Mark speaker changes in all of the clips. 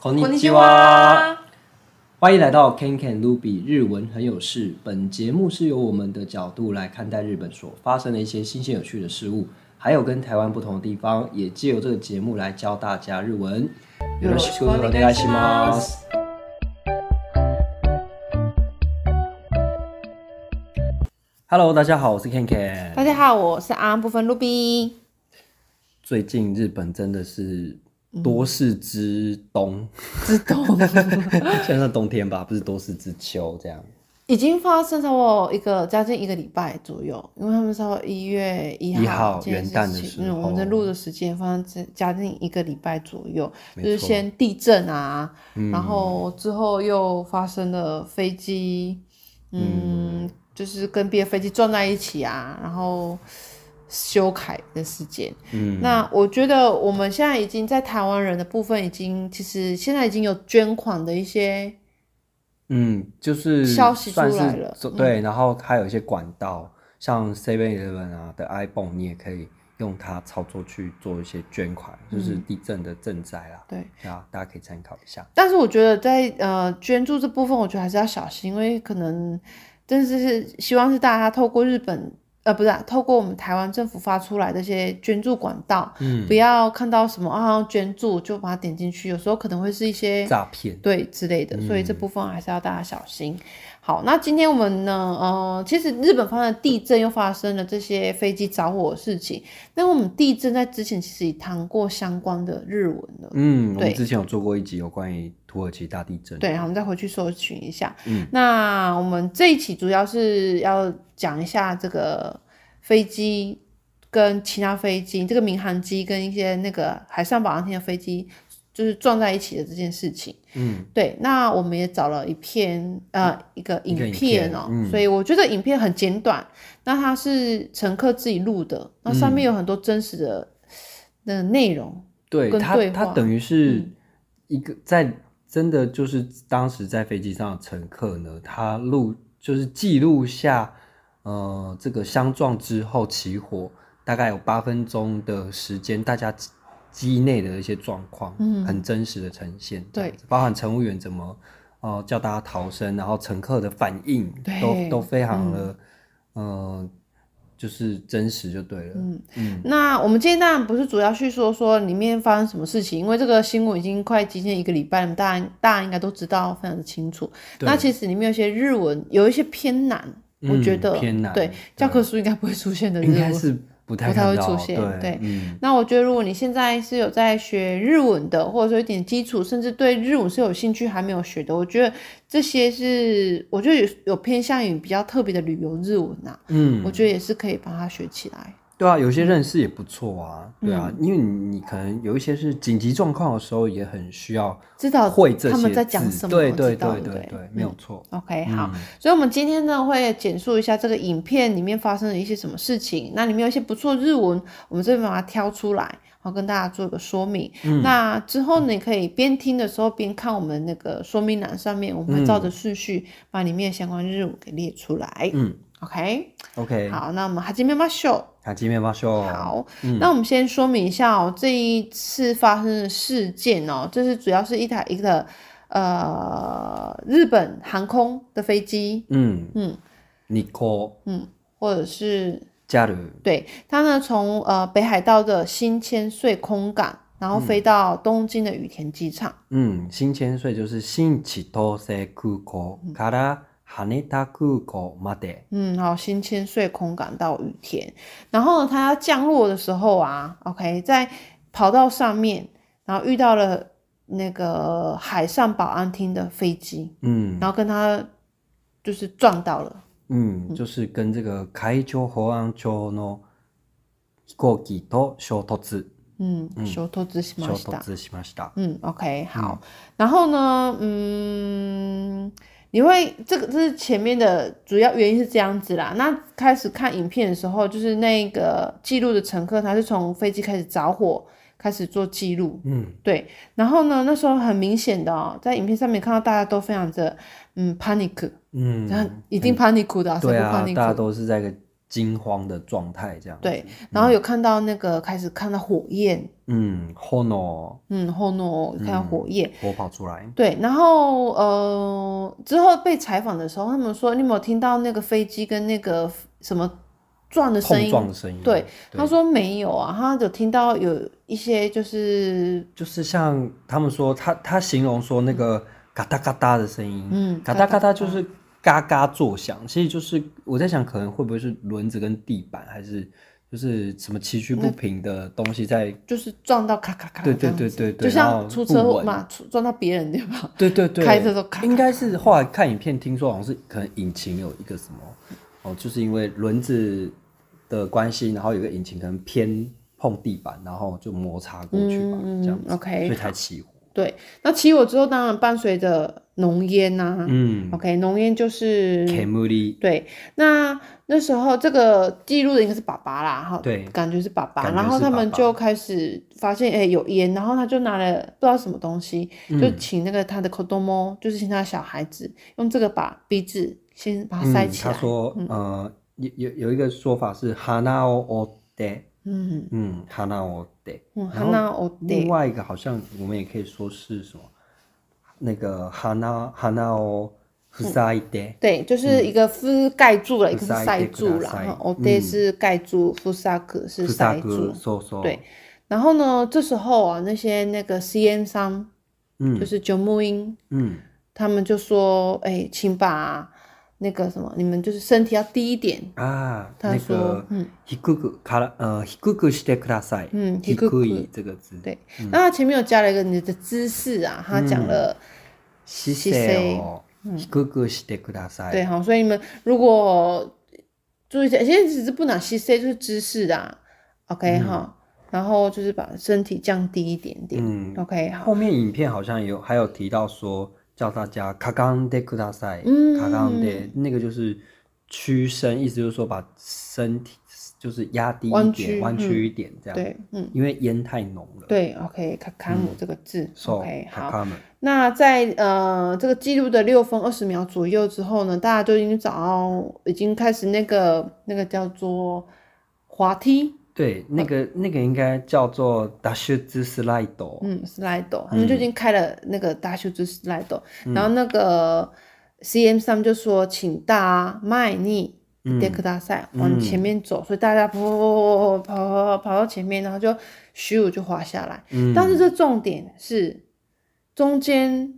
Speaker 1: こんにちは，欢迎来到 Ken Ken Ruby 日文很有事。本节目是由我们的角度来看待日本所发生的一些新鲜有趣的事物，还有跟台湾不同的地方，也借由这个节目来教大家日文。
Speaker 2: よろしくお願いします。
Speaker 1: Hello，大家好，我是 Ken Ken。
Speaker 2: 大家好，我是阿部分 Ruby。
Speaker 1: 最近日本真的是
Speaker 2: 嗯
Speaker 1: 多事之 冬，
Speaker 2: 知道
Speaker 1: 现在是冬天吧，不是多事之秋这样。
Speaker 2: 已经发生差不多一个将近一个礼拜左右，因为他们差不多一月一
Speaker 1: 一号
Speaker 2: 号这件事
Speaker 1: 元
Speaker 2: 情
Speaker 1: 旦的时候
Speaker 2: 嗯，我们在录的时间发生这将近一个礼拜左右，
Speaker 1: 没
Speaker 2: 就是
Speaker 1: 错嗯
Speaker 2: 先地震啊，然后之后又发生了飞机，嗯，就是跟别的飞机撞在一起啊，然后修改的事件。
Speaker 1: 嗯，
Speaker 2: 那我觉得我们现在已经在台湾人的部分，已经其实现在已经有捐款的一些
Speaker 1: 嗯，就是
Speaker 2: 消息出
Speaker 1: 算是
Speaker 2: 来了嗯
Speaker 1: 走对，然后还有一些管道，像 Seven Eleven 啊的 iPhone，你也可以用它操作去做一些捐款，就是地震的赈灾啦。
Speaker 2: 嗯对，
Speaker 1: 对啊，大家可以参考一下。
Speaker 2: 但是我觉得在呃捐助这部分，我觉得还是要小心，因为可能真的是希望是大家透过日本呃不是啊、透过我们台湾政府发出来的一些捐助管道，
Speaker 1: 嗯，
Speaker 2: 不要看到什么啊捐助就把它点进去，有时候可能会是一些
Speaker 1: 诈骗。
Speaker 2: 对之类的，所以这部分还是要大家小心。好，那今天我们呢，呃，其实日本发生的地震又发生了这些飞机着火的事情，那我们地震在之前其实也谈过相关的日文了。
Speaker 1: 嗯，我们
Speaker 2: 对
Speaker 1: 之前有做过一集有关于土耳其大地震。
Speaker 2: 对，然后我们再回去搜寻一下。嗯，那我们这一期主要是要讲一下这个飞机跟其他飞机，这个民航机跟一些那个海上保安厅的飞机就是撞在一起的这件事情。
Speaker 1: 嗯，
Speaker 2: 对，那我们也找了一篇呃一个
Speaker 1: 一个
Speaker 2: 影
Speaker 1: 影
Speaker 2: 片
Speaker 1: 片
Speaker 2: 哦、
Speaker 1: 嗯
Speaker 2: 所以我觉得影片很简短。那它是乘客自己录的，那上
Speaker 1: 嗯
Speaker 2: 面有很多真实的的内容。
Speaker 1: 对
Speaker 2: 跟
Speaker 1: 他，
Speaker 2: 对
Speaker 1: 他
Speaker 2: 话嗯
Speaker 1: 等于是一个在真的就是当时在飞机上的乘客呢，他录就是记录下，呃，这个相撞之后起火，大概有八分钟的时间，大家机机内的一些状况，
Speaker 2: 嗯
Speaker 1: 很真实的呈现，
Speaker 2: 对
Speaker 1: 这样子，包含乘务员怎么。哦、叫大家逃生，然后乘客的反应
Speaker 2: 对嗯
Speaker 1: 都都非常的，呃，就是真实就对了。嗯嗯，
Speaker 2: 那我们今天当然不是主要去说说里面发生什么事情，因为这个新闻已经快接近一个礼拜了，大家大家应该都知道非常的清楚。
Speaker 1: 对
Speaker 2: 那其实里面有些日文有一些偏难，我觉
Speaker 1: 嗯
Speaker 2: 得
Speaker 1: 偏难
Speaker 2: 对
Speaker 1: 对
Speaker 2: 教科书应该不会出现的日
Speaker 1: 应该
Speaker 2: 文。
Speaker 1: 是不太
Speaker 2: 不太
Speaker 1: 看
Speaker 2: 会
Speaker 1: 到
Speaker 2: 出现
Speaker 1: 对
Speaker 2: 对，
Speaker 1: 嗯，
Speaker 2: 那我觉得，如果你现在是有在学日文的，或者说有点基础，甚至对日文是有兴趣还没有学的，我觉得这些是我觉得有有偏向于比较特别的旅游日文啊，
Speaker 1: 嗯
Speaker 2: 我，觉得也是可以把它学起来。
Speaker 1: 对啊，有些认识也不错啊，对啊，因为你你可能有一些是紧急状况的时候也很需要
Speaker 2: 知道
Speaker 1: 会这些
Speaker 2: 他们在讲
Speaker 1: 字
Speaker 2: 什么，
Speaker 1: 对
Speaker 2: 知
Speaker 1: 对
Speaker 2: 道
Speaker 1: 对
Speaker 2: 不
Speaker 1: 对对，没有错，
Speaker 2: OK，好，所以我们今天呢会简述一下这个影片里面发生的一些什么事情，那里面有一些不错的日文，我们这边把它挑出来，然后跟大家做一个说明。那之后呢，你可以边听的时候边看我们那个说明栏上面，我们会照着顺序把里面的相关日文给列出来。
Speaker 1: 嗯
Speaker 2: OK，
Speaker 1: ，OK，
Speaker 2: 好，那我们始めましょう。
Speaker 1: 卡基面包秀，
Speaker 2: 好，那我们先说明一下哦，这一次发生的事件哦，这是主要是一台一个呃日本航空的飞机，
Speaker 1: 嗯嗯
Speaker 2: 嗯，
Speaker 1: 你 call
Speaker 2: 或者是
Speaker 1: 加鲁，
Speaker 2: 对它呢从呃北海道的新千岁空港，然后飞到东京的羽田机场。
Speaker 1: 嗯，新千岁就是新千歳空港から羽田空港まで，
Speaker 2: 嗯，好，新千岁空港到羽田，然后呢，它要降落的时候啊，OK，在跑道上面，然后遇到了那个海上保安厅的飞机，
Speaker 1: 嗯
Speaker 2: 然后跟他就是撞到了，
Speaker 1: 嗯，就是跟这个海上保安庁の飛行機と衝突。
Speaker 2: 嗯，小偷之しま
Speaker 1: 衝
Speaker 2: した。
Speaker 1: 突しました。
Speaker 2: 嗯，OK，好。然后呢，嗯，你会这个这是前面的主要原因是这样子啦。那开始看影片的时候，就是那个记录的乘客，他是从飞机开始着火，开始做记录。
Speaker 1: 嗯
Speaker 2: 对，然后呢，那时候很明显的哦，在影片上面看到大家都非常的嗯 panic，
Speaker 1: 嗯，
Speaker 2: 然后一定 panic 的、谁不
Speaker 1: 对啊，
Speaker 2: panic？
Speaker 1: 大家都是在一个嗯惊慌的状态这样。，
Speaker 2: 对，然后有看到那个开始看到火焰，
Speaker 1: 嗯，honor
Speaker 2: 嗯，后诺看到火焰，
Speaker 1: 火跑出来，
Speaker 2: 对，然后呃，之后被采访的时候，他们说你有没有听到那个飞机跟那个什么撞的声
Speaker 1: 碰
Speaker 2: 音？
Speaker 1: 撞的声音。
Speaker 2: 对，
Speaker 1: 对
Speaker 2: 他说没有啊，他有听到有一些就是
Speaker 1: 就是像他们说，他他形容说那个嘎哒嘎哒的声音，
Speaker 2: 嗯
Speaker 1: 嘎哒嘎哒就是嘎嘎作响，其实就是我在想，可能会不会是轮子跟地板，还是就是什么崎岖不平的东西在？
Speaker 2: 就是撞到咔咔咔，
Speaker 1: 对对对，对对，
Speaker 2: 就
Speaker 1: 然后
Speaker 2: 像出车
Speaker 1: 不
Speaker 2: 祸
Speaker 1: 稳
Speaker 2: 嘛，出撞到别人对吧？
Speaker 1: 对对对，
Speaker 2: 开车都咔咔
Speaker 1: 应该是后来看影片听说，好像是可能引擎有一个什么哦，就是因为轮子的关系，然后有个引擎可能偏碰地板，然后就摩擦过去吧，
Speaker 2: 嗯
Speaker 1: 这样子
Speaker 2: ，OK
Speaker 1: 所以才起火。
Speaker 2: 对，那起火之后，当然伴随着浓烟呐、
Speaker 1: 嗯
Speaker 2: OK，浓烟就是
Speaker 1: ，K 木利，
Speaker 2: 对，那那时候这个记录的应该是爸爸啦，哈，
Speaker 1: 对
Speaker 2: 感觉是爸爸，
Speaker 1: 感觉
Speaker 2: 然后
Speaker 1: 是
Speaker 2: 他
Speaker 1: 爸
Speaker 2: 们
Speaker 1: 爸
Speaker 2: 就开始发现，哎、有烟，然后他就拿了不知道什么东西，就
Speaker 1: 嗯
Speaker 2: 请那个他的 k o d o m 就是请他的小孩子用这个把鼻子先把它塞
Speaker 1: 嗯，
Speaker 2: 起
Speaker 1: 他
Speaker 2: 来，
Speaker 1: 说呃，有有有一个说法是 hana o de，
Speaker 2: 嗯
Speaker 1: 嗯，hana o de，
Speaker 2: 嗯，
Speaker 1: 然
Speaker 2: 哈
Speaker 1: 后
Speaker 2: 那哦
Speaker 1: 另
Speaker 2: 对，
Speaker 1: 外一个好像我们也可以说是什么，那个 hana hana o fusai de。
Speaker 2: 对，就是一个夫盖住了，一个是
Speaker 1: 嗯塞
Speaker 2: 塞
Speaker 1: 给
Speaker 2: 住
Speaker 1: 它
Speaker 2: 了，
Speaker 1: 塞
Speaker 2: 哈，哦对
Speaker 1: 嗯
Speaker 2: 是盖住，夫萨克是
Speaker 1: 是
Speaker 2: 塞
Speaker 1: 大哥
Speaker 2: 住，
Speaker 1: 说说
Speaker 2: 对，然后呢，这时候啊，那些那个 CM 商就
Speaker 1: 嗯
Speaker 2: 是九木英。
Speaker 1: 嗯
Speaker 2: 他们就说：“哎、请把那个什么，你们就是身体要低一点。
Speaker 1: 啊，
Speaker 2: 他
Speaker 1: 那
Speaker 2: 说
Speaker 1: 个
Speaker 2: 嗯
Speaker 1: 低くから呃低くしてください，
Speaker 2: 嗯
Speaker 1: 低
Speaker 2: 低く
Speaker 1: い这个嗯字，
Speaker 2: 对，那他前面有加了一个你的姿势啊，他讲了、
Speaker 1: 姿勢を低くしてくださ
Speaker 2: 对
Speaker 1: い，
Speaker 2: 哈，所以你们如果注意一下，现在只是不拿 C C 就是姿势啊，OK
Speaker 1: 嗯
Speaker 2: 哈、然后就是把身体降低一点点、
Speaker 1: 嗯，
Speaker 2: o k 好，
Speaker 1: 后面影片好像有还有提到说叫大家かがんでください，
Speaker 2: 嗯
Speaker 1: かがんで那个就是屈身，意思就是说把身体就是压低一
Speaker 2: 弯
Speaker 1: 点，
Speaker 2: 曲
Speaker 1: 弯曲一点这样，
Speaker 2: 对，嗯，
Speaker 1: 因为烟太浓了，
Speaker 2: 对，OK，卡卡姆这个字、
Speaker 1: 嗯 so
Speaker 2: o k 好
Speaker 1: か。かむ，
Speaker 2: 那在呃这个记录的六分二十秒左右之后呢，大家就已经找到，已经开始那个那个叫做滑梯，
Speaker 1: 对，那个那个应该叫做 dash z slide，
Speaker 2: 嗯，slide，他们就已经开了那个大秀之 slide，、然后那个 CM 上就说，请大家迈逆。
Speaker 1: 嗯
Speaker 2: 德克大赛往前面走，所以大家跑跑跑跑跑跑到前面，然后就虚无就滑下来。
Speaker 1: 嗯
Speaker 2: 但是这重点是中间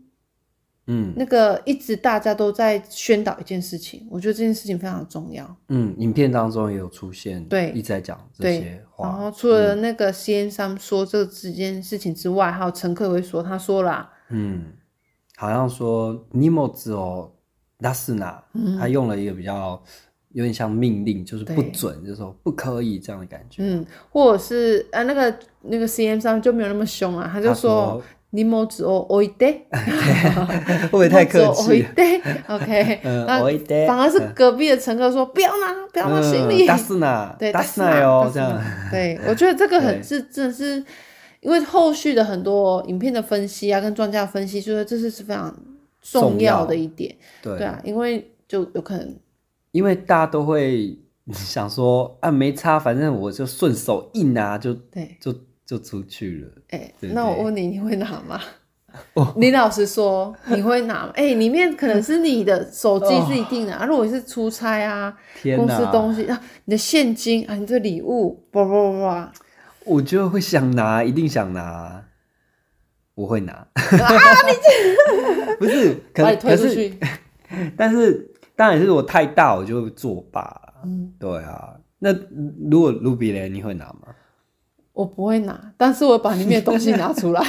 Speaker 1: 嗯
Speaker 2: 那个一直大家都在宣导一件事情，我觉得这件事情非常重要。
Speaker 1: 嗯，影片当中也有出现，
Speaker 2: 对
Speaker 1: 一直在讲这
Speaker 2: 对
Speaker 1: 些话，
Speaker 2: 然后除了
Speaker 1: 嗯
Speaker 2: 那个 C N 上说这这件事情之外，还有乘客会说，他说啦，
Speaker 1: 嗯，好像说 Nemo 只有 n a s n a 他用了一个比较有点像命令，就是不
Speaker 2: 嗯对
Speaker 1: 准，就是说不可以这样的感觉，
Speaker 2: 嗯，或者是啊那个那个 C N 上就没有那么凶啊，他就
Speaker 1: 他
Speaker 2: 说
Speaker 1: 说
Speaker 2: 你莫只哦哦一对，
Speaker 1: 会不会太客
Speaker 2: 哦
Speaker 1: 气了？
Speaker 2: 对，OK，
Speaker 1: 嗯
Speaker 2: 那
Speaker 1: 哦一对
Speaker 2: 反而是隔壁的乘客说不要拿，不要拿行李，
Speaker 1: 嗯 d a s n a
Speaker 2: 对
Speaker 1: d a
Speaker 2: 打
Speaker 1: s
Speaker 2: 死
Speaker 1: n
Speaker 2: 嘛
Speaker 1: a 哦，
Speaker 2: 打死
Speaker 1: 这样
Speaker 2: 嘛， 对，我觉得这个很
Speaker 1: 对
Speaker 2: 是真的是，因为后续的很多影片的分析啊，跟专家的分析，就是这是是非常重
Speaker 1: 重要
Speaker 2: 要的一点。
Speaker 1: 对
Speaker 2: 对啊，因为就有可能
Speaker 1: 因为大家都会想说啊，没差，反正我就顺手一拿就
Speaker 2: 对，
Speaker 1: 就就出去了。
Speaker 2: 哎、
Speaker 1: 对
Speaker 2: 那
Speaker 1: 对
Speaker 2: 我问你，你会拿 吗
Speaker 1: 哦？
Speaker 2: 你老实说，你会拿吗？哎、里面可能是你的手机是一定的、啊，如果你是出差啊，
Speaker 1: 哦天
Speaker 2: 公司
Speaker 1: 哪，
Speaker 2: 东西啊，你的现金啊，你的礼物，不不不不，
Speaker 1: 我就会想拿，一定想拿，我 会拿。 不是，
Speaker 2: 啊把
Speaker 1: 可
Speaker 2: 你推
Speaker 1: 可
Speaker 2: 出
Speaker 1: 是，
Speaker 2: 去，
Speaker 1: 但是当然是我太大，我就作罢了。
Speaker 2: 嗯，
Speaker 1: 对啊，那如果卢比雷，你会拿吗？
Speaker 2: 我不会拿，但是我把里面的东西拿出来。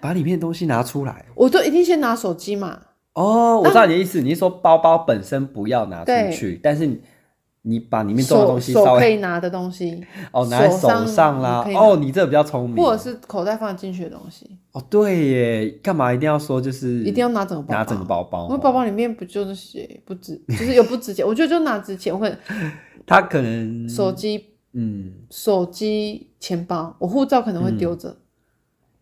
Speaker 1: 把里面的东西拿出来。
Speaker 2: 我都一定先拿手机嘛，
Speaker 1: 哦，我知道你的意思，你是说包包本身不要拿出
Speaker 2: 对
Speaker 1: 去，但是你你把里面重要的
Speaker 2: 手
Speaker 1: 东西稍
Speaker 2: 手可
Speaker 1: 微
Speaker 2: 以拿的东西，
Speaker 1: 哦，拿在
Speaker 2: 手
Speaker 1: 手
Speaker 2: 上
Speaker 1: 上啦
Speaker 2: 可以。拿
Speaker 1: 哦，你这比较聪明。
Speaker 2: 或者是口袋放进去的东西，
Speaker 1: 哦，对耶，干嘛一定要说就是
Speaker 2: 一定要拿整个包包。
Speaker 1: 拿整个包包？
Speaker 2: 因为包包里面不就是写不值， 就是有不值钱，我觉得就拿值钱，我会
Speaker 1: 他可能
Speaker 2: 手机、
Speaker 1: 嗯
Speaker 2: 手机、钱包，我护照可能会丢着，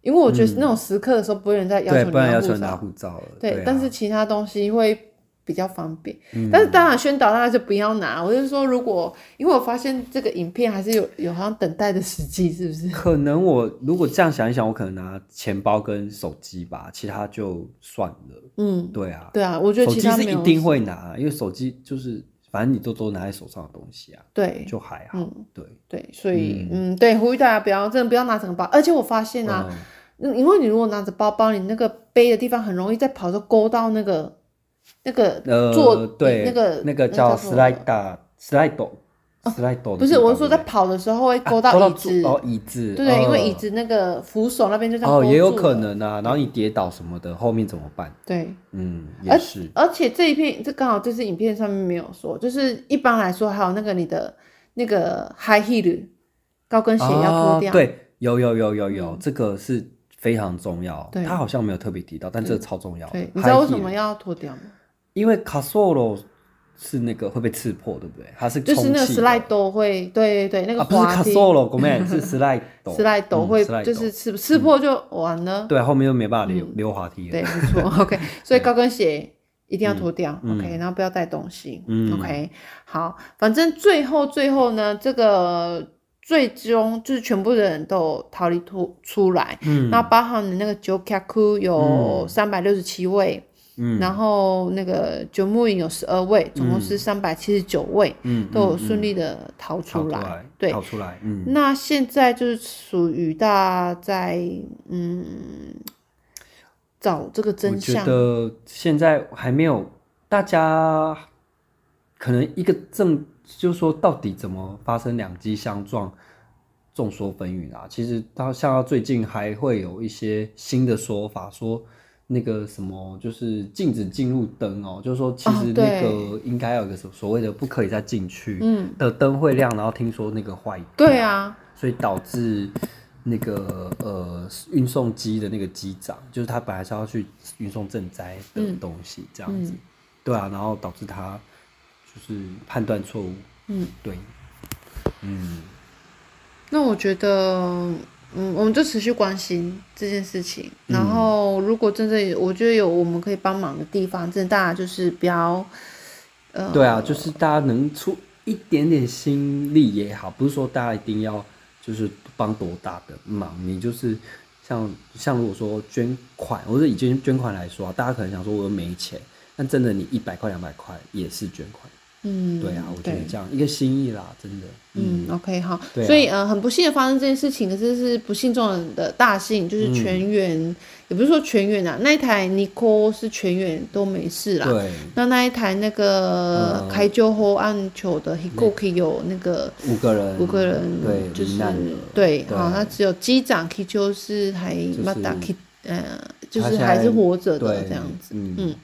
Speaker 2: 因为我觉得那种时刻的时候不会有人在要
Speaker 1: 对，
Speaker 2: 求你
Speaker 1: 不然要求
Speaker 2: 护
Speaker 1: 拿
Speaker 2: 照。
Speaker 1: 护照了。
Speaker 2: 对，
Speaker 1: 啊嗯
Speaker 2: 但是其他东西会比较方便。但是当然宣导大家就不要拿，我是说如果因为我发现这个影片还是有有好像等待的时机，是不是？
Speaker 1: 可能我如果这样想一想，我可能拿钱包跟手机吧，其他就算了。
Speaker 2: 嗯，
Speaker 1: 对啊，
Speaker 2: 对啊，我觉得
Speaker 1: 手
Speaker 2: 其
Speaker 1: 机
Speaker 2: 他
Speaker 1: 是
Speaker 2: 没
Speaker 1: 一
Speaker 2: 有
Speaker 1: 定会拿，啊因为手机就是反正你都都拿在手上的东西啊，
Speaker 2: 对
Speaker 1: 就还好。
Speaker 2: 嗯
Speaker 1: 对，
Speaker 2: 对，所以嗯对，呼吁大家不要真的不要拿整个包，而且我发现啊，
Speaker 1: 嗯
Speaker 2: 嗯因为你如果拿着包包，你那个背的地方很容易在跑的时候勾到那个那个
Speaker 1: 呃，
Speaker 2: 坐
Speaker 1: 对
Speaker 2: 那个
Speaker 1: 那个
Speaker 2: 叫
Speaker 1: 叫
Speaker 2: 什么哦
Speaker 1: slide slide slide，
Speaker 2: 不是，我是说在跑的时候
Speaker 1: 啊
Speaker 2: 会勾到椅子，
Speaker 1: 哦椅子，
Speaker 2: 对对，因为椅
Speaker 1: 子。
Speaker 2: 子那个扶手那边就这样
Speaker 1: 哦，也有
Speaker 2: 勾住
Speaker 1: 可
Speaker 2: 了。
Speaker 1: 能啊。然后你跌倒什么的，后面怎么办？
Speaker 2: 对，
Speaker 1: 嗯，
Speaker 2: 而
Speaker 1: 也是。
Speaker 2: 而且这一片这刚好这次影片上面没有说，就是一般来说还有那个你的那个 high heel 高跟鞋要脱
Speaker 1: 哦
Speaker 2: 掉，，嗯
Speaker 1: 对，有有有有有，这个是非常重要。
Speaker 2: 对
Speaker 1: 他好像没有特别提到，但这个超重要的。
Speaker 2: 对，你知道为
Speaker 1: High
Speaker 2: 什么
Speaker 1: heel？
Speaker 2: 要脱掉吗？
Speaker 1: 因为 c a s o l o 是那个会被刺破，对不对？它是
Speaker 2: 就是那个
Speaker 1: 充气的
Speaker 2: slide 都会，对对对，那个
Speaker 1: 啊，不是 c
Speaker 2: 滑
Speaker 1: a
Speaker 2: 梯
Speaker 1: s o l o 我们 是 slide
Speaker 2: slide 都会
Speaker 1: 嗯，slide 嗯
Speaker 2: 就是吃吃破就完了，
Speaker 1: 对，后面就没办法溜溜滑梯了。
Speaker 2: 嗯对，没 错，OK，所以高跟鞋。一定要脱掉、
Speaker 1: 嗯
Speaker 2: o k 然后不要带东西、
Speaker 1: 嗯
Speaker 2: o k 好，反正最后最后呢，这个最终就是全部的人都逃离出出来，
Speaker 1: 嗯
Speaker 2: 那包含的那个九卡库有
Speaker 1: 嗯
Speaker 2: 三百六十七位，
Speaker 1: 嗯
Speaker 2: 然后那个九木营有十二位，总共是三百七十九位，
Speaker 1: 嗯
Speaker 2: 都有
Speaker 1: 嗯
Speaker 2: 顺利的逃出来。对
Speaker 1: 跑，出来，嗯，
Speaker 2: 那现在就是属于大家在嗯找这个
Speaker 1: 我
Speaker 2: 真
Speaker 1: 觉
Speaker 2: 相。
Speaker 1: 得现在还没有，大家可能一个正，就是说到底怎么发生两机相撞，众说纷纭啊。其实到像到最近还会有一些新的说法，说那个什么就是禁止进入灯哦，就是说其
Speaker 2: 哦
Speaker 1: 实
Speaker 2: 对
Speaker 1: 那个应该有一个所所谓的不可以再进去
Speaker 2: 嗯，
Speaker 1: 的灯会亮，然后听说那个坏掉，
Speaker 2: 对啊，
Speaker 1: 所以导致那个呃运送机的那个机长，就是他本来是要去运送赈灾的东西这样子，对啊，然后导致他就是判断错误，
Speaker 2: 嗯，
Speaker 1: 对，嗯，
Speaker 2: 那我觉得。嗯，我们就持续关心这件事情。
Speaker 1: 嗯
Speaker 2: 然后，如果真的有，我觉得有我们可以帮忙的地方，真的大家就是不要，呃，
Speaker 1: 对啊，就是大家能出一点点心力也好，不是说大家一定要就是帮多大的忙，你就是。像像如果说捐款，或者以捐捐款来说啊，大家可能想说我又没钱，但真的你一百块两百块也是捐款，
Speaker 2: 嗯，
Speaker 1: 对啊，我觉
Speaker 2: 对
Speaker 1: 得这样一个心意啦，真的。
Speaker 2: 嗯，OK，好，
Speaker 1: 对啊
Speaker 2: 所以呃，很不幸的发生这件事情，可是是不幸中的大幸，
Speaker 1: 嗯
Speaker 2: 就是全员，也不是说全员啊，那一台 Nico 是全员都没事啦。
Speaker 1: 嗯对，
Speaker 2: 那那一台那个
Speaker 1: 嗯
Speaker 2: 开救后按球的 Hikoki 有那个
Speaker 1: 五个人，
Speaker 2: 五个人，
Speaker 1: 对，
Speaker 2: 就
Speaker 1: 罹
Speaker 2: 是
Speaker 1: 难的
Speaker 2: 对，
Speaker 1: 对
Speaker 2: 好，那只有机长 Kijo 是还马达 K，呃，就
Speaker 1: 他
Speaker 2: 是
Speaker 1: 现
Speaker 2: 还是
Speaker 1: 在
Speaker 2: 活着的
Speaker 1: 对
Speaker 2: 这样子。
Speaker 1: 嗯
Speaker 2: 嗯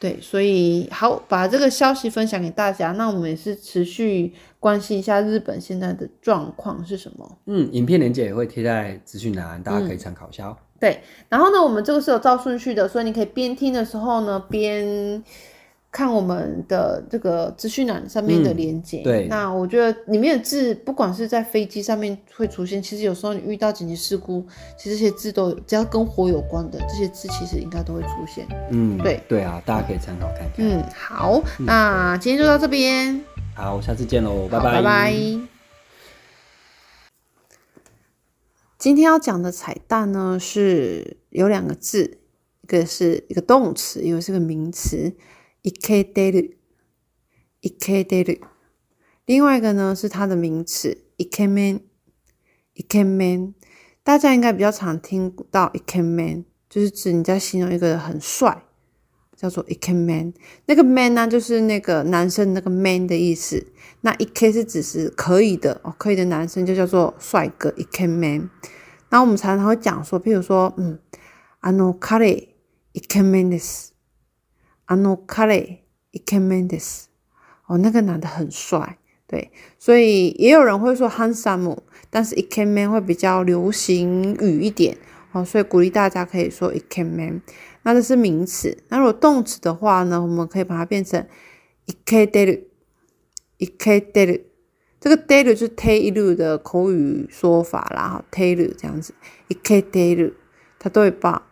Speaker 2: 对，所以好，把这个消息分享给大家。那我们也是持续关心一下日本现在的状况是什么。
Speaker 1: 嗯，影片连接也会贴在资讯栏，大
Speaker 2: 嗯
Speaker 1: 家可以参考一下哦。
Speaker 2: 对，然后呢，我们这个是有照顺序的，所以你可以边听的时候呢，边看我们的这个资讯栏上面的
Speaker 1: 嗯
Speaker 2: 连接。
Speaker 1: 对
Speaker 2: 那我觉得里面的字，不管是在飞机上面会出现，其实有时候你遇到紧急事故，其实这些字都有只要跟火有关的这些字，其实应该都会出现。
Speaker 1: 嗯，
Speaker 2: 对
Speaker 1: 对啊，大家可以参考看看。
Speaker 2: 嗯，好，
Speaker 1: 嗯
Speaker 2: 那今天就到这边。
Speaker 1: 好，下次见喽，
Speaker 2: 好拜拜。今天要讲的彩蛋呢，是有两个字，一个是一个动词，一个是个名词 i k e d e r u i k e d e r u 另外一个呢是它的名词 i k e m e n i k e m e n 大家应该比较常听到 i k e m e n 就是指你在形容一个人很帅，叫做 i k e m e n 那个 man 呢，就是那个男生那个 man 的意思。那一 k 是只是可以的哦，可以的男生就叫做帅哥一 k man。那我们常常会讲说，譬如说，嗯，あの彼一 k man です，あの彼一 k man です。哦，那个男的很帅，对，所以也有人会说 handsome，但是一 k man 会比较流行语一点哦，所以鼓励大家可以说一 k man。那这是名词，那如果动词的话呢，我们可以把它变成一 k d e r 一 k d e r 这个 d e r 就是 t a l e 的口语说法啦，哈 t a l e 这样子，一 k d e r 它对吧？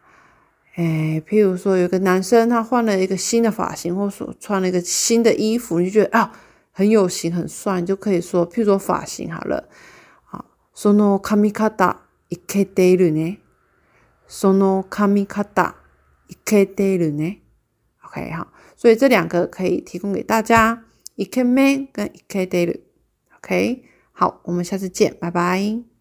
Speaker 2: 哎，譬如说有个男生他换了一个新的发型，或所穿了一个新的衣服，你就觉得啊很有型很帅，你就可以说，譬如说发型好了，啊，その髪型いけているね，その髪型いけているね。OK 哈，所以这两个可以提供给大家，いけめ跟いけている。OK，好，我们下次见，拜拜。